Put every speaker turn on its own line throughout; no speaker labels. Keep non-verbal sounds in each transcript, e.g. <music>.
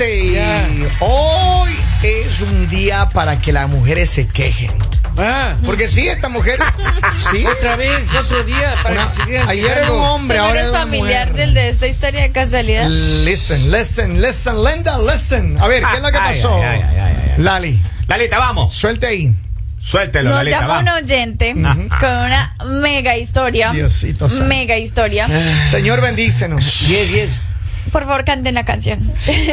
eh, Hoy es un día para que las mujeres se quejen.
Ah,
Porque sí,
<laughs>
esta mujer. Sí.
otra vez, otro día, para
Una-
que se queden
ayer era un hombre,
¿Tú no
ahora es
eres
una
familiar
mujer.
del de esta historia de casualidad?
Listen, listen, listen, Linda, listen. A ver, ¿qué es lo que
Ah, Ay,
pasó?
ay, ay, ay, ay, ay.
Lali,
Lalita, vamos.
suelte ahí.
Suéltelo,
Nos
Lalita.
llamó
vamos.
un oyente con una mega historia.
Diosito santo.
Mega historia.
Eh. Señor, bendícenos.
Yes, yes.
Por favor, canten la canción.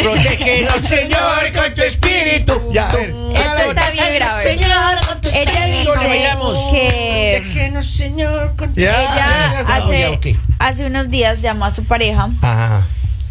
Protégenos, Señor, con tu espíritu.
Ya, a ver.
Esto está bien grave. Ella
Ahora
dice
bailamos.
que
Protégenos, Señor, con tu
Ya.
ella
Ah, ya,
hace,
ok.
hace unos días llamó a su pareja
Ajá,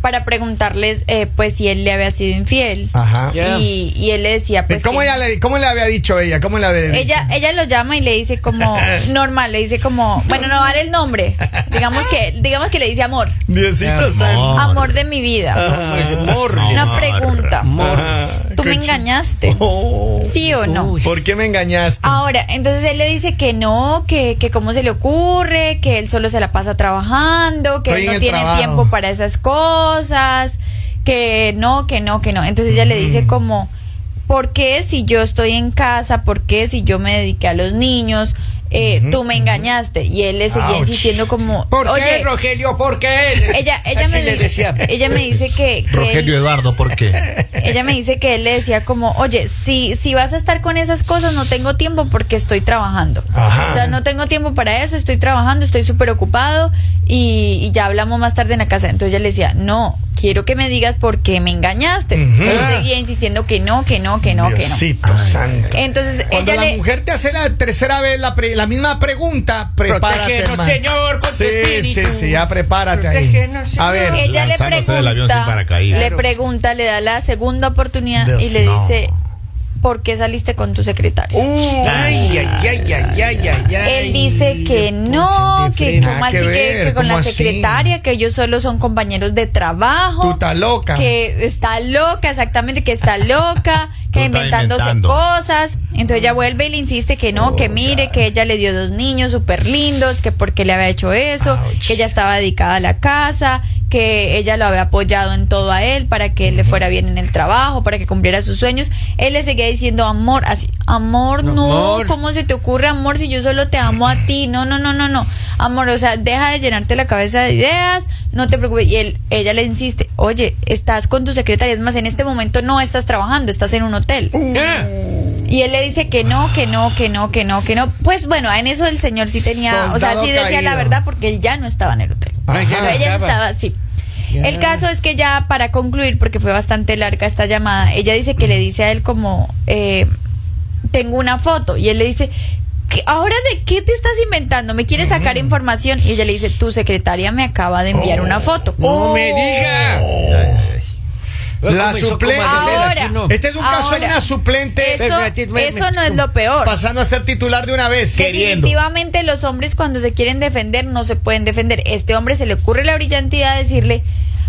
para preguntarles eh, pues si él le había sido infiel.
ajá.
Ya.
Y, y él le decía pues
Ah, ¿Cómo,
que-
ella le, ¿Cómo le había dicho ella? ¿Cómo le había dicho?
Ella, ella lo llama y le dice como normal, le dice como, bueno, no dar el nombre. Digamos que, digamos que le dice amor.
Diosito santo.
Amor de mi vida.
Amor.
Una
amor.
pregunta.
Ah,
¿Tú me
qué chi-
engañaste?
Oh.
¿Sí o no?
Uy.
¿Por qué me engañaste?
Ahora, entonces él le dice que no, que, que cómo se le ocurre, que él solo se la pasa trabajando, que
Estoy
él
en
no
el
tiene
trabajo.
tiempo para esas cosas, que no, que no, que no. Entonces ella le
Mm.
dice como, ¿por qué si yo estoy en casa? ¿Por qué si yo me dediqué a los niños? eh, tú me engañaste. Y él le seguía
Ouch.
insistiendo como,
¿Por
oye,
qué, Rogelio? ¿Por qué?
ella, ella,
Así
me,
le
di-
decía.
ella me dice que... que él-
Rogelio Eduardo, ¿por
<laughs>
qué?
ella me dice que él le decía como, oye, si, si vas a estar con esas cosas, no tengo tiempo porque estoy trabajando.
Ajá.
O sea, no tengo tiempo para eso, estoy trabajando, estoy súper ocupado y, y ya hablamos más tarde en la casa. Entonces ella le decía, no, quiero que me digas por qué me engañaste.
Ujú.
Él seguía insistiendo que no, que no, que no, que no.
Diosito santo.
Entonces
Cuando
ella
la
le...
mujer te hace la tercera vez la, pre- la misma pregunta, prepárate.
Protégenos,
hermano.
Señor, con tu
sí,
espíritu.
sí, sí, ya prepárate ahí.
Protégenos,
A
Señor.
ver,
Ella le
Lanzándose del avión sin
pregunta,
paracaídas.
le
Claro.
pregunta, le da la segunda oportunidad y
Dios,
le
no.
dice, ¿por qué saliste con tu secretario?
Uy, ay, ay, ay, ay, ay, ay, ay.
Él dice que no, que
frente.
como
Nada
así
que
que,
ver,
que con
¿cómo
la
así?
secretaria, que ellos solo son compañeros de
tú
trabajo.
estás loca.
Que está loca, exactamente, que está loca,
Tú
que
estás
inventándose
inventando.
cosas. Entonces ella vuelve y le insiste que no, que mire, que ella le dio dos niños súper lindos, que por qué le había hecho eso, que ella estaba dedicada a la casa, que ella lo había apoyado en todo a él para que le fuera bien en el trabajo, para que cumpliera sus sueños. Él le seguía diciendo amor, así, amor, no,
Amor.
¿cómo se te ocurre amor si yo solo te amo a ti? No, no, no, no, no. Amor, o sea, deja de llenarte la cabeza de ideas, no te preocupes. Y él, ella le insiste, oye, estás con tu secretaria, es más, en este momento no estás trabajando, estás en un hotel.
Ah,
Y él le dice que no, que no, que no, que no, que no. Pues bueno, en eso el señor sí tenía, o sea,
Soldado
sí decía
caído.
la verdad porque él ya no estaba en el hotel.
Ah, ya no
Pero ella
estaba.
estaba, sí.
Ya.
El caso es que ya para concluir, porque fue bastante larga esta llamada, ella dice que le dice a él como, eh, tengo una foto. Y él le dice, "¿Qué- ¿ahora de qué te estás inventando? ¿Me quieres sacar información? Y ella le dice, tu secretaria me acaba de enviar
Oh.
una foto.
No me diga.
La
Comenzó
suplente.
como a decir,
Ahora.
aquí no.
Este es un caso de
Ahora.
una suplente
Eso,
Espérate, me-
eso
me-
no es lo peor.
pasando a ser titular de una vez.
¿Qué? queriendo.
Definitivamente los hombres cuando se quieren defender no se pueden defender. Este hombre se le ocurre la brillantidad de decirle,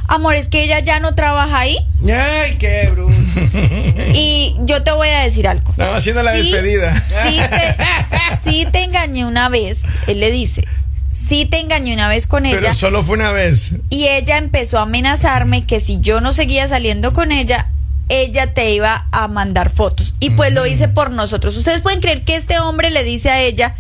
amor, es que ella ya no trabaja
<laughs>
ahí
Ay, qué bruto.
y yo te voy a decir algo.
Nada, haciendo la
Sí,
despedida.
Sí te,
<laughs>
sí te engañé una vez, él le dice, sí te engañé una vez con ella
Pero solo fue una vez.
y ella empezó a amenazarme que si yo no seguía saliendo con ella, ella te iba a mandar fotos. Y pues lo hice por nosotros. Ustedes pueden creer que este hombre le dice a ella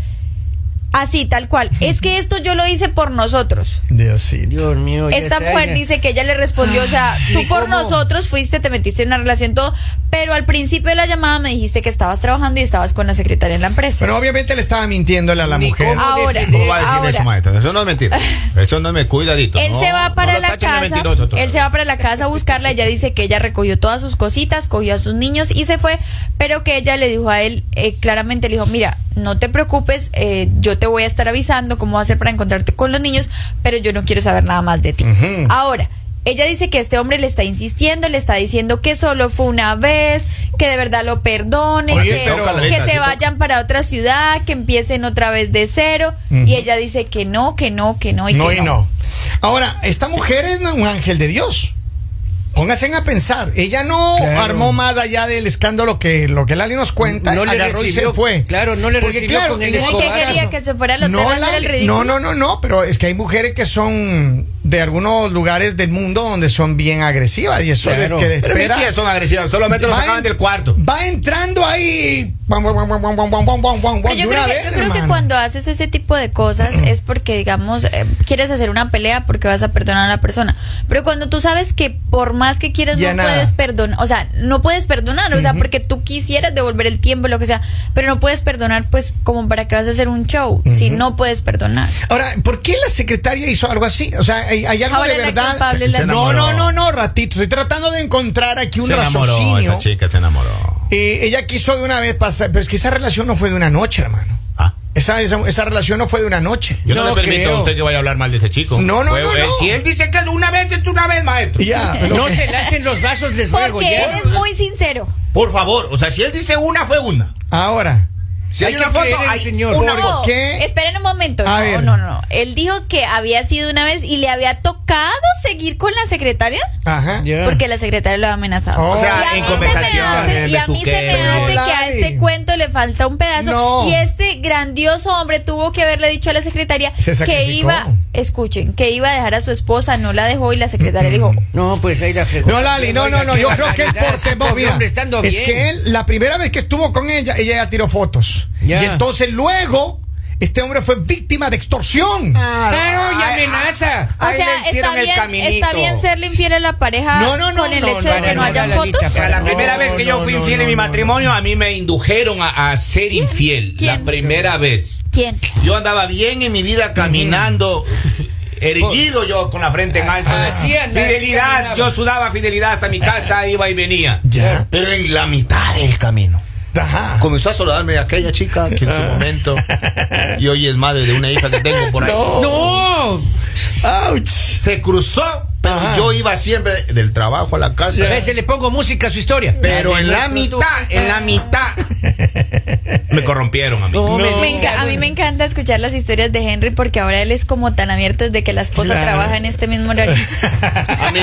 así, tal cual. Es que esto yo lo hice por nosotros.
Diosito.
Dios mío. ya
Esta
sé,
mujer
ya.
dice que ella le respondió,
<gasps>
o sea,
¿y
tú por
cómo?
nosotros fuiste, te metiste en una relación todo, pero al principio de la llamada me dijiste que estabas trabajando y estabas con la secretaria en la empresa.
Pero obviamente le estaba mintiéndole a la
Ni
mujer.
cómo
Ahora.
defender.
¿Cómo va a decir
Ahora.
eso, maestro? Eso no es mentira. Eso no es me cuidadito.
Él
No,
se va
no
para
lo
la
tachen de
casa.
mentiroso todavía.
Él se va para la casa a buscarla. Ella dice que ella recogió todas sus cositas, cogió a sus niños y se fue. Pero que ella le dijo a él, eh, claramente le dijo, mira, no te preocupes, eh, yo te voy a estar avisando cómo hacer para encontrarte con los niños, pero yo no quiero saber nada más de ti.
Ujú.
Ahora. Ella dice que este hombre le está insistiendo, le está diciendo que solo fue una vez, que de verdad lo perdone,
Oye,
que,
pero-
que
Caleta,
se
sí,
vayan para otra ciudad, que empiecen otra vez de cero. Y ella dice que no, que no, que no y
No
que
y no. Ahora, esta mujer es un ángel de Dios. Pónganse a pensar. Ella no
Claro.
armó más allá del escándalo que lo que Lali nos cuenta.
No le
agarró y
recibió,
se fue.
claro, no le recibió con el
en este
escobazo.
¿Qué quería? ¿Que se fuera al hotel a hacer
Lali,
el ridículo?
No, no, no, no, pero es que hay mujeres que son de algunos lugares del mundo donde son bien agresivas y eso
Claro.
es que
Pero mis
espera.
tías son agresivas, solamente los
Va
sacaban
en-
del cuarto.
Va entrando ahí. guam, guam, guam, guam, guam, guam, guam, guam, guam,
Pero
de
yo
una
creo, que,
vez,
yo creo que
hermano.
cuando haces ese tipo
<clears throat>
de cosas es porque, digamos, eh, quieres hacer una pelea porque vas a perdonar a la persona. Pero cuando tú sabes que por más que quieres
Ya
no
nada.
puedes perdonar, o sea, no puedes perdonar, o sea, porque tú quisieras devolver el tiempo, lo que sea, pero no puedes perdonar, pues, como para que vas a hacer un show si no puedes perdonar.
Ahora, ¿por qué la secretaria hizo algo así? O sea, hay, hay algo
Ahora
de
la
verdad.
culpable es la
Se
no,
enamoró.
no, no, no, ratito. Estoy tratando de encontrar aquí un
se enamoró,
raciocinio.
esa chica se enamoró.
Eh, ella quiso de una vez pasar, pero es que esa relación no fue de una noche, hermano.
Ah.
Esa, esa, esa relación no fue de una noche.
Yo no,
No
le permito
creo.
a usted que vaya a hablar mal de ese chico.
No, no,
Fue-
no,
eh,
no.
Si él dice que una vez, es una vez, maestro.
Ya, pero-
No se le hacen los vasos les ruego,
Porque
ya.
eres muy sincero.
Por favor, o sea, si él dice una, fue una.
Ahora,
Si
Hay
hay,
que
una foto,
creer en el
hay
Señor.
una
Por-
foto.
No,
qué?
esperen un momento.
A
No,
ver.
no, no. Él dijo que había sido una vez y le había tocado seguir con la secretaria.
ajá.
Ya.
Porque la secretaria lo ha amenazado.
Oh. O sea,
Y a
en
mí se me
conversaciones,
hace- Y a mí se me
besuqueo.
hace que a
Lali.
este cuento le falta un pedazo.
No.
Y este grandioso hombre tuvo que haberle dicho a la secretaria
Se
que
sacrificó.
iba, escuchen, que iba a dejar a su esposa, no la dejó y la secretaria le dijo,
No, pues ahí la fregó.
No, Lali, no, no, no. Yo creo
<laughs>
que él por temor, mira,
hombre estando
Es
bien.
que él, la primera vez que estuvo con ella, ella ya tiró fotos.
Ya.
Y entonces luego, este hombre fue víctima de extorsión.
Ah. Claro, ya amenaza.
o sea, está bien, está bien serle infiel a la pareja
No, no, no,
con el
no,
hecho de
no,
que no,
no,
hayan
Lalita,
fotos.
pero-
sea, la
No,
primera vez que
no,
yo fui
no,
infiel en
no,
mi
no.
matrimonio, a mí me indujeron a, a ser infiel. La
¿Quién?
primera vez.
¿Quién?
Yo andaba bien en mi vida caminando. Erguido yo con la frente en alto.
Así andaba,
fidelidad,
caminaba.
yo sudaba fidelidad hasta mi casa, iba y venía.
Ya.
Pero en la mitad del camino.
Ajá.
Comenzó a saludarme aquella chica que en su momento y hoy es madre de una hija que tengo por ahí.
oh.
No,
Ouch.
Se cruzó, pero
Ajá.
yo iba siempre del trabajo a la casa.
a veces le pongo música a su historia.
Pero en la
Tú, tú, tú,
mitad,
eh,
en la mitad. Me corrompieron a mí.
No, me
Me
digas,
enca- a mí me encanta escuchar las historias de Henry porque ahora él es como tan abierto desde que la esposa
Claro.
trabaja en este mismo horario.
<laughs> A mí.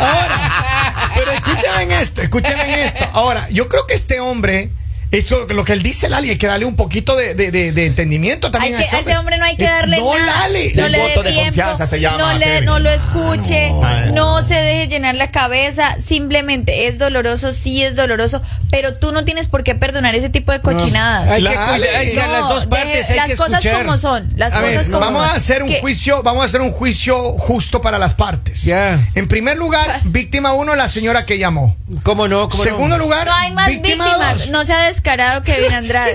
Ahora, pero escúchame en esto, escúchame en esto. Ahora, yo creo que este hombre, esto lo que él dice, Lali, hay que darle un poquito de, de- de- de entendimiento
Hay
también.
que-
a este
a ese hombre no hay que
Eh,
darle
No,
nada.
Lali.
No
El
le dé
voto de
tiempo,
confianza se llama,
No, le-
Kevin.
no lo escuche.
No.
No se deje llenar la cabeza. Simplemente es doloroso, sí es doloroso. Pero tú no tienes por qué perdonar ese tipo de cochinadas.
Hay que
Lali.
cuidar- hay que a
No,
las dos partes
deje-
hay
las
que
cosas
escuchar.
como son. Las
A ver,
cosas como
vamos
son.
a hacer un
Que-
juicio, vamos a hacer un juicio justo para las partes.
Ya.
En primer
<laughs>
lugar, víctima uno, la señora que llamó.
¿Cómo no? ¿Cómo
Segundo lugar,
No hay más
víctima
víctimas.
dos.
No sea descarado, Kevin Andrade.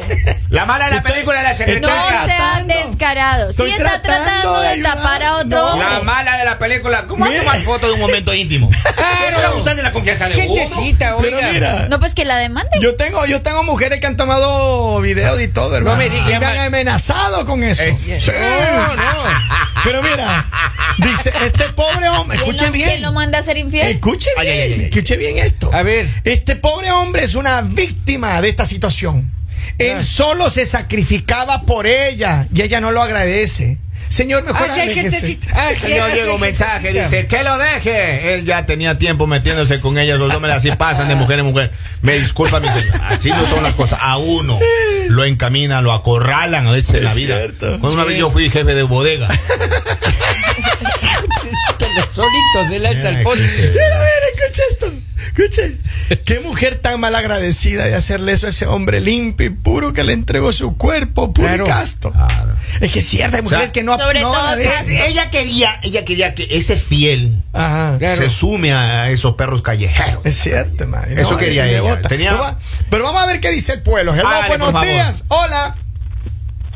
La mala de la película de la
No
secretaria.
sea
tratando.
descarado. Sí
Estoy
está
tratando
tratando
de
de
ayudar.
tapar a otro
No.
hombre.
La mala de la película. ¿Cómo
Mira.
tomar fotos de un momento íntimo?
Claro.
Está abusando de la confianza
no?
de
¿Qué te
uno.
cita,
Pero
oiga?
mira,
No, pues que la demanden.
yo tengo, yo tengo mujeres que han tomado videos y todo, hermano.
me Eh, digas,
Y me han
ma-
amenazado con eso.
Es-
Sí.
No, no.
Pero mira, dice, este pobre hombre,
¿Quién
escuche
lo-
bien.
¿Quién lo manda a ser infiel?
Escuche
Ay,
bien,
ay, ay, ay.
escuche bien esto.
A ver.
Este pobre hombre es una víctima de esta situación. Él
Ah.
solo se sacrificaba por ella y ella no lo agradece. Señor, mejor
Ah, sí, hay gente
aléjese.
cita- ah, sí,
Señor,
sí,
llega
hay
un
gente
mensaje,
cita.
dice, que lo deje. Él ya tenía tiempo metiéndose con ellas, los hombres así pasan de mujer en mujer. Me disculpa, mi señor, así no son las cosas. A uno lo encaminan, lo acorralan a veces en la
Es
vida.
cierto.
Cuando una vez yo fui jefe
<laughs>
de bodega.
Solito se lanza
Mira, este,
el post.
Mira, mira, escucha esto. Escucha. Qué mujer tan mal agradecida de hacerle eso a ese hombre limpio y puro que le entregó su cuerpo, puro
Claro.
y casto. Es que es cierto, hay mujeres
sea,
que no
sobre
no
todo
agradecen.
Ella quería, ella quería que ese fiel
Ajá.
Claro.
se sume a esos perros callejeros.
Es cierto, man.
Eso quería
ahí me
ella.
bota.
Tenía-
Pero, va- pero vamos a ver qué dice el pueblo. Hello,
Hágale, por
buenos
favor.
días. Hola.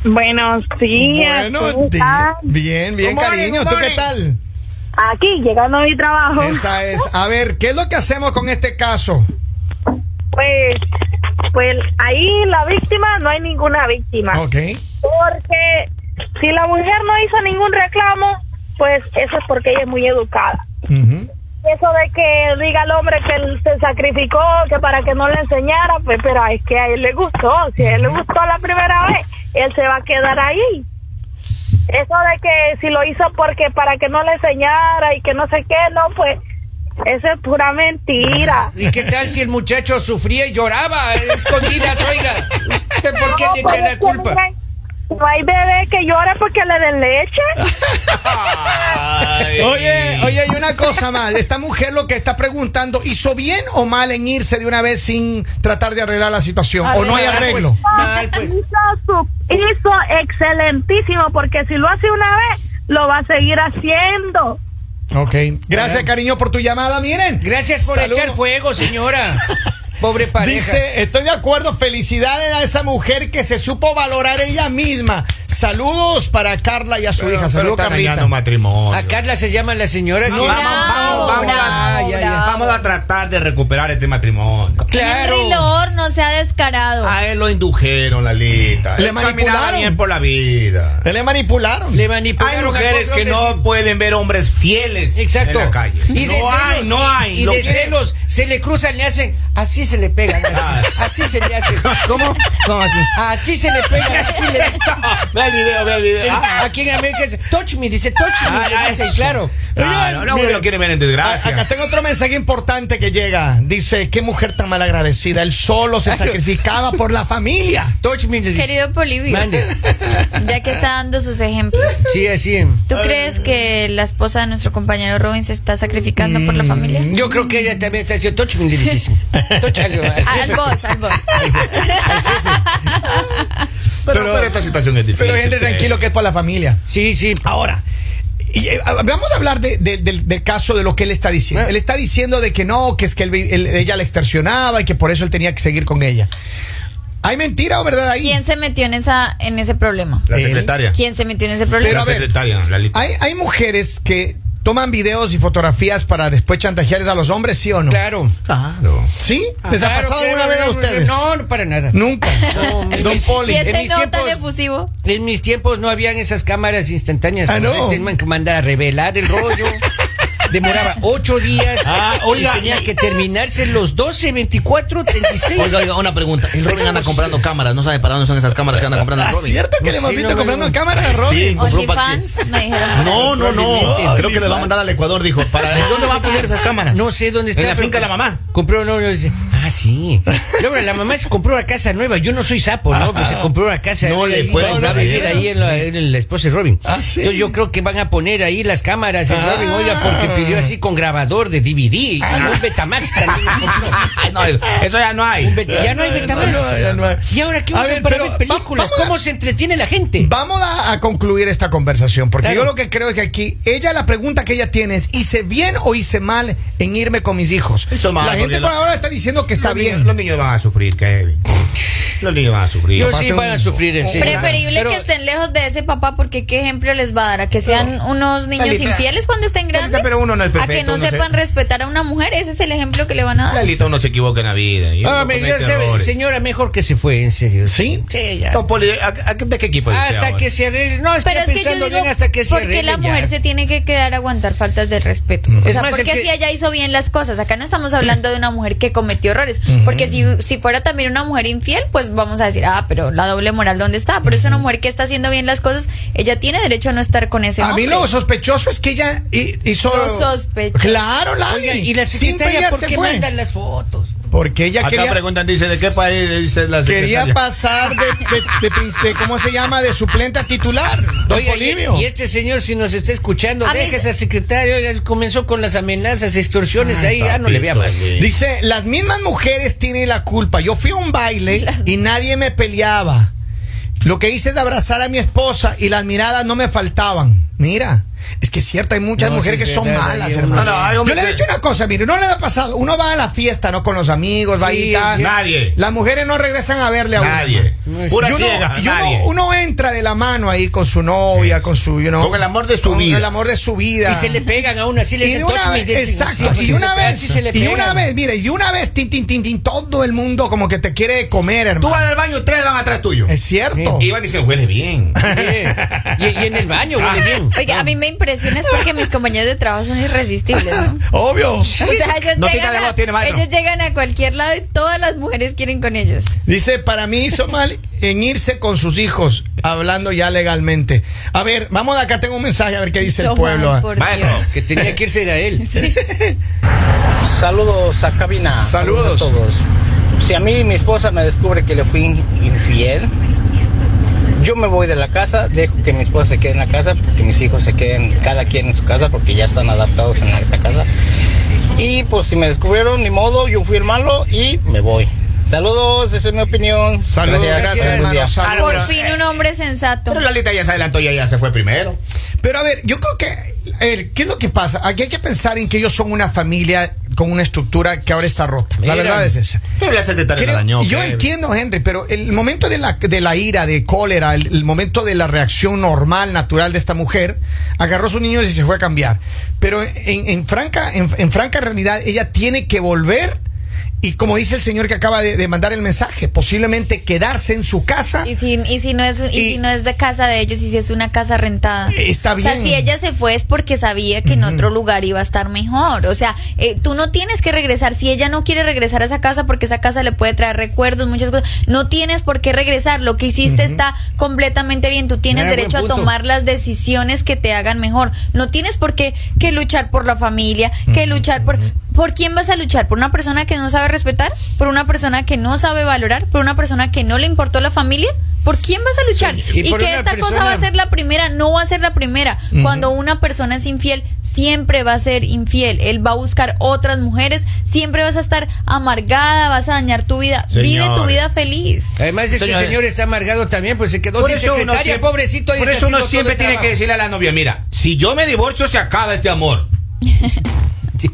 Buenos días. ¿cómo
Buenos días.
estás?
Bien, bien,
Good morning,
cariño.
good
¿Tú qué
morning.
tal?
Aquí, llegando a mi trabajo,
Esa es. A ver, ¿qué es lo que hacemos con este caso?
pues, pues ahí la víctima, no hay ninguna víctima.
Ok.
Porque si la mujer no hizo ningún reclamo, pues eso es porque ella es muy educada.
Ujú.
Eso de que diga el hombre que él se sacrificó, que para que no le enseñara, pues, pero es que a él le gustó. Si a él le gustó la primera vez, él se va a quedar ahí. Eso de que si lo hizo porque para que no le enseñara y que no sé qué, no, pues, eso es pura mentira.
¿Y qué tal si el muchacho sufría y lloraba a escondidas, oiga? ¿Usted por qué
No,
le
pues
echa la
es que
culpa?
miren, No hay bebé que llore porque le
<laughs>
den leche.
Ay.
<laughs> Oye, oye, hay una cosa más. Esta mujer lo que está preguntando, ¿hizo bien o mal en irse de una vez sin tratar de arreglar la situación? ¿O no hay
Arreglar, pues.
arreglo?
Mal, pues.
Hizo, su- hizo excelentísimo porque si lo hace una vez, lo va a seguir haciendo.
Ok. Gracias, cariño, por tu llamada. Miren.
Gracias por
Saludos.
echar fuego, señora. Pobre pareja.
Dice, estoy de acuerdo, felicidades a esa mujer que se supo valorar ella misma. Saludos para Carla y a su
Pero-
hija.
pero
Saludos,
está
Carlita.
dañando matrimonio.
A Carla se llama la señora. que-
No, vamos, vamos, vamos,
bravo,
Ah, ya, ya.
bravo.
Vamos a tratar de recuperar este matrimonio.
Claro.
Henry Lord no sea descarado.
A él lo indujeron, Lalita.
Le
Él caminaba
manipularon.
bien por la vida.
Le manipularon.
Le
Hay
manipularon. a
mujeres
cuatro
que
hombres.
no pueden ver hombres fieles
Exacto.
en la calle.
Y
no
de celos,
hay, no hay.
Y
Lo
de
quieren-
celos se le cruzan, le hacen. Así se le pegan. Así,
Ah.
así se le hace. ¿Cómo?
¿Cómo así?
Así se le pegan. Así le
<laughs> Ah, Ve el video, ve el video.
Sí,
Ah,
Aquí en América dice, touch me, dice touch me,
ah,
le
ah,
dice,
eso.
claro.
Claro, no, uno
Miren,
lo quiere ver en
a-
desgracia.
Acá tengo otro mensaje importante que llega. Dice, qué mujer tan malagradecida. Él solo
<laughs>
se sacrificaba por la familia.
Touch me, le dice.
Querido Polivio,
Mande.
<laughs> ya que está dando sus ejemplos,
Sí, así.
¿tú crees que la esposa de nuestro compañero Robin se está sacrificando por la
Mm.
familia?
Yo creo que ella también está haciendo touch me, le dice. Tóchalo.
<laughs> Al vos,
<laughs>
al vos.
pero, pero esta situación es difícil.
Pero gente
creo.
tranquilo que es por la familia.
Sí, sí.
Ahora, y, eh, vamos a hablar de- de- del, del caso de lo que él está diciendo.
Eh.
Él está diciendo de que no, que es que él vi- él- ella la extorsionaba y que por eso él tenía que seguir con ella. ¿Hay mentira o verdad ahí?
¿Quién se metió en esa en ese problema?
La
Él-
secretaria.
¿Quién se metió en ese
Pero
la
a
problema?
ver,
secretaria, Lalita.
Hay, hay mujeres que toman videos y fotografías para después chantajear a los hombres, ¿sí o no?
Claro. Ah,
Claro.
¿Sí? ¿Les ha
Claro,
pasado
claro,
alguna vez a
no, no,
ustedes?
No, no, para nada.
Nunca.
No, hombre.
Don Poli.
¿Y
en
ese
mis
no tan
tiempos-
efusivo?
En mis tiempos no habían esas cámaras instantáneas.
Ah,
no.
no.
Se tenían que mandar a revelar el rollo. Demoraba ocho días.
Ah, oiga,
Y tenía
y-
que terminarse los 12, 24, 36.
Oiga, oiga, una pregunta. El Robin anda comprando cámaras. No sabe para dónde son esas cámaras que anda comprando el
¿Es
Robin.
cierto que
No,
le hemos
sí,
visto
no,
comprando
no.
cámaras a Robin?
Sí, compró un paquete.
OnlyFans, me dijeron.
No, no, no.
Probablemente.
Creo que les va a mandar al Ecuador, dijo. ¿Para dónde va a poner esas cámaras?
No sé dónde está.
En la
pero
finca de la mamá.
Compró no, no, dice, ah, sí. Luego la mamá se compró una casa nueva. Yo no soy sapo, ¿no? Pues se compró una casa
No le
y
fue
va- va a
bien.
vivir ahí en la, en la esposa de Robin.
Ah, sí.
Entonces yo creo que van a poner ahí las cámaras. El Robin, oiga, porque pidió así con grabador de DVD. Ah. Un Betamax también. compró.
<laughs> Ay, no, eso ya no hay.
Un Beta- ya no hay Betamax.
no, ya no hay.
¿Y ahora qué
A
usan
ver,
para
pero
ver
va-
películas?
vamos a-
¿Cómo se entretiene la gente?
Vamos a, a concluir esta conversación, porque
Claro.
yo lo que creo es que aquí, ella, la pregunta que ella tiene es, ¿hice bien o hice mal en irme con mis hijos?
Hizo mal,
la gente
porque
por
lo-
ahora está diciendo que está
Los niños-
bien.
Los niños van a sufrir, Kevin. Los niños van a sufrir.
Yo
Aparte
sí van a
un-
sufrir en serio.
Preferible
Pero-
que estén lejos de ese papá porque qué ejemplo les va a dar a que sean unos niños
Lalita,
infieles cuando estén
Lalita,
grandes,
pero uno no es
a que
perfecto,
no
uno se-
sepan respetar a una mujer, ese es el ejemplo que le van a dar.
Lalita uno se equivoca en la vida. y uno
Ah, me- ya
comete
sabe,
errores.
señora, mejor que se fue, en serio.
¿Sí?
Sí, ya.
No, Poli, ¿a- a- ¿de qué equipo? eres
Hasta
ahora?
que se arregle. No, estoy
Pero es que yo
pensando
digo,
bien hasta que se
¿por qué
arregle
la
ya.
mujer se tiene que quedar a aguantar faltas de respeto? O
Es
sea,
más,
porque
el que-
si ella hizo bien las cosas. Acá no estamos hablando de una mujer que cometió errores. Porque si, si fuera también una mujer infiel, pues vamos a decir, ah, pero la doble moral, ¿dónde está? Pero es una mujer que está haciendo bien las cosas. Ella tiene derecho a no estar con ese
A
hombre.
mí lo sospechoso es que ella hi- hizo...
Lo sospechoso.
Claro, Lali.
Oiga, y la
Sin
secretaria,
pelear
¿por
se
qué
fue.
mandan las fotos?
Porque ella
Acá
quería...
preguntan, dice, ¿de qué país? Dice la
Quería
secretaria.
pasar de, de- de prin- de- ¿cómo se llama? De suplente a titular. Don
Oiga, y,
Polibio.
y este señor, si nos está escuchando,
A mí
deja
se-
esa secretaria. Oiga, comenzó con las amenazas, extorsiones. ahí ya no le vea más.
papito, sí.
Dice, las mismas mujeres tienen la culpa. Yo fui a un baile y nadie me peleaba. Lo que hice es abrazar a mi esposa y las miradas no me faltaban. Mira, es que es cierto, hay muchas
No,
mujeres
sí,
que
sí,
son
verdad,
malas,
hay
hermano.
una- No, no, hay
Yo
hombres
le he
que-
dicho una cosa, mire, no le ha pasado. Uno va a la fiesta, ¿no? Con los amigos, va
Sí,
y tal.
sí.
Nadie.
Las mujeres no regresan a verle a uno.
Nadie.
hermano.
Pura
Y uno-
ciega,
y uno-
nadie.
uno entra de la mano ahí con su novia,
Eso.
con su, you know,
Con el amor de su
con
vida.
el amor de su vida.
Y se le pegan aún así, le
Y
dicen
de
touch
una
me.
vez,
dicen,
exacto,
Ah, sí,
y una
así
vez,
se le
y
pegan.
una vez, mire, y una vez, tin, tin, tin, tin, todo el mundo como que te quiere comer,
Tú
hermano.
vas al baño, tres van atrás tuyo.
Es cierto.
Y van diciendo,
<laughs>
huele bien.
Sí. Y, y en el baño, huele bien.
Oiga, a mí me impresiona es porque mis compañeros de trabajo son irresistibles, ¿no?
Obvio.
O sea, ellos,
No tiene
llegan,
lengua,
a,
tiene maestro.
ellos llegan a cualquier lado y todas las mujeres quieren con ellos.
Dice, para mí hizo mal en irse con sus hijos, hablando ya legalmente. A ver, vamos de acá, tengo un mensaje, a ver qué dice
Hizo
el pueblo.
mal,
ah.
por
Maestro.
Dios.
Que tenía que irse a él.
Saludos a cabina.
Saludos.
a todos. Si a mí mi esposa me descubre que le fui infiel, Yo me voy de la casa, dejo que mi esposa se quede en la casa, que mis hijos se queden cada quien en su casa, porque ya están adaptados en esa casa. Y pues si me descubrieron, ni modo, yo fui el malo y me voy. Saludos, esa es mi opinión.
Saludos, gracias,
buen día.
hermano, saludos.
Pero,
Por
pero,
fin
eh,
un hombre sensato.
Pero Lalita ya se adelantó y ella se fue primero.
Pero a ver, yo creo que. eh, ¿Qué es lo que pasa? Aquí hay que pensar en que ellos son una familia con una estructura que ahora está rota.
Mira.
La verdad es esa.
Pero la secretaria
Creo-
la dañó.
yo
¿qué?
entiendo, Henry, pero el momento de la, de la ira, de cólera, el, el momento de la reacción normal, natural de esta mujer, agarró a su niño y se fue a cambiar. Pero en, en franca, en, en franca realidad, ella tiene que volver. Y como dice el señor que acaba de, de mandar el mensaje, posiblemente quedarse en su casa.
Y si, y si no es y,
Y-
si no es de casa de ellos y si es una casa rentada.
Está
O sea,
bien.
si ella se fue es porque sabía que en otro lugar iba a estar mejor. O sea, eh, tú no tienes que regresar. Si ella no quiere regresar a esa casa porque esa casa le puede traer recuerdos, muchas cosas, no tienes por qué regresar. Lo que hiciste está completamente bien. Tú tienes
Mira,
derecho a
buen punto.
tomar las decisiones que te hagan mejor. No tienes por qué que luchar por la familia, que luchar por... ¿Por quién vas a luchar? ¿Por una persona que no sabe respetar? ¿Por una persona que no sabe valorar? ¿Por una persona que no le importó la familia? ¿Por quién vas a luchar?
Sí, y
y
por
que
una
esta cosa va a
persona-
ser la primera, no va a ser la primera. Cuando una persona es infiel, siempre va a ser infiel. Él va a buscar otras mujeres, siempre vas a estar amargada, vas a dañar tu vida. Vive tu
Señor.
vida feliz.
Además, este
Señores.
señor está amargado también, pues se quedó
Por
sin
eso uno
secretaria,
siempre-
pobrecito. ahí
Por
está
eso uno
haciendo todo
siempre
el
tiene que
trabajo.
decirle a la novia, mira, si yo me divorcio se acaba este
<laughs>
amor.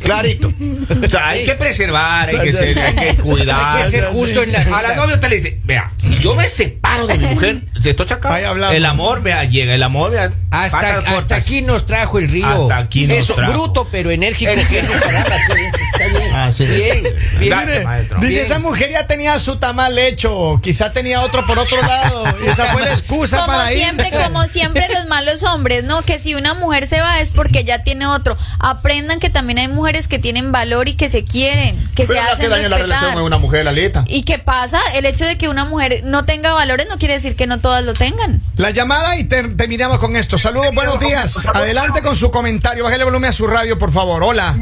Clarito. O sea, hay que preservar, hay que, ser- hay
<laughs>
que
Hay
cuidar.
que ser justo en la
A la
vida.
novia usted le dice, vea, si yo me separo
<laughs>
de mi mujer, se esto se acaba.
Ahí hablamos.
El amor, vea, llega, el amor, vea.
Hasta,
patas
hasta
cortas.
aquí nos trajo el río.
Hasta aquí nos
Eso,
trajo.
bruto pero enérgico.
Eh.
que es nuestra palabra, tú, ¿eh? Está bien.
Ah, sí.
Bien, bien.
Gracias, maestro.
Dice,
Bien.
esa mujer ya tenía su tamal hecho, quizá tenía otro por otro lado. y esa fue la excusa
Como
para ir.
siempre,
<laughs>
<laughs>
como siempre los malos hombres, ¿no? Que si una mujer se va es porque ya tiene otro. Aprendan que también hay mujeres que tienen valor y que se quieren, que se
Pero la que
hacen
daña la relación
respetar.
es una mujer, Lalita.
¿Y qué pasa? El hecho de que una mujer no tenga valores no quiere decir que no todas lo tengan.
La llamada y ter- terminamos con esto. Saludos, buenos días. Adelante con su comentario. Bájale volumen a su radio, por favor. Hola.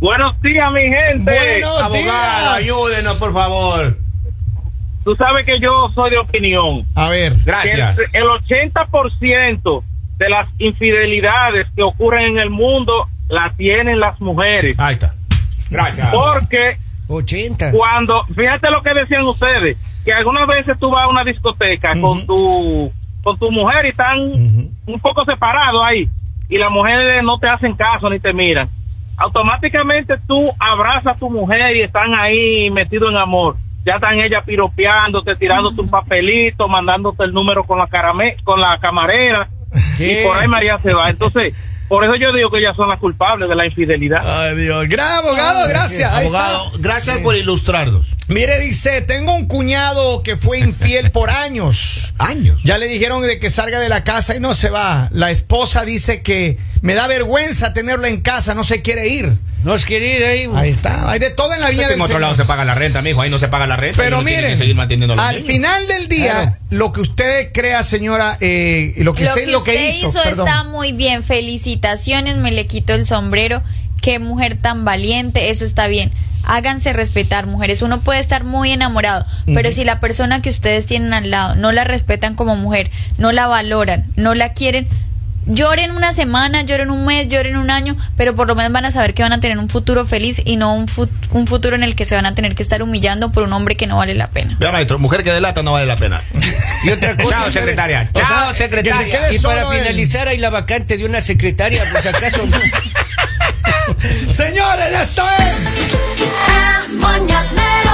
Buenos días, mi gente.
Buenos
Abogado,
días.
ayúdenos, por favor.
Tú sabes que yo soy de opinión.
A ver.
que
Gracias.
El 80% de las infidelidades que ocurren en el mundo las tienen las mujeres.
Ahí está. Gracias.
Porque
80.
cuando, fíjate lo que decían ustedes, que algunas veces tú vas a una discoteca con tu con tu mujer y están un poco separados ahí y las mujeres no te hacen caso ni te miran. Automáticamente tú abrazas a tu mujer y están ahí metidos en amor. Ya están ellas piropeándote, tirándote un papelito, mandándote el número con la carame- con la camarera
Sí.
y por ahí María se va. Entonces, por eso yo digo que ellas son las culpables de la infidelidad.
Ay, Dios. Gran abogado, gracias. Ahí está.
Abogado, gracias por ilustrarnos.
Mire, dice, tengo un cuñado que fue infiel por años.
Años.
Ya le dijeron de que salga de la casa y no se va. La esposa dice que me da vergüenza tenerla en casa, no se quiere ir.
Nos quiere ir ahí.
Ahí está. Hay de todo en la viña
En
del
otro
Señor.
lado se paga la renta, mijo. Ahí no se paga la renta. y
Pero
uno tiene que
miren,
seguir manteniendo a los
al
niños.
final del día,
Claro.
lo que usted crea, señora, eh, lo que
Lo
usted,
que
lo que
usted
hizo,
hizo,
perdón.
está muy bien. Felicitaciones, me le quito el sombrero. Qué mujer tan valiente, eso está bien. Háganse respetar, mujeres. Uno puede estar muy enamorado, pero si la persona que ustedes tienen al lado no la respetan como mujer, no la valoran, no la quieren, lloren una semana, lloren un mes, lloren un año, pero por lo menos van a saber que van a tener un futuro feliz y no un, fut- un futuro en el que se van a tener que estar humillando por un hombre que no vale la pena.
Vea, maestro, mujer que delata no vale
<laughs>
la pena.
Y otra cosa.
Chao,
¿sabe?
secretaria.
O sea,
Chao, secretaria.
que se quede
Y para
solo en-
finalizar, hay la vacante de una secretaria, pues acaso.
Señores, esto es.
El mañanero.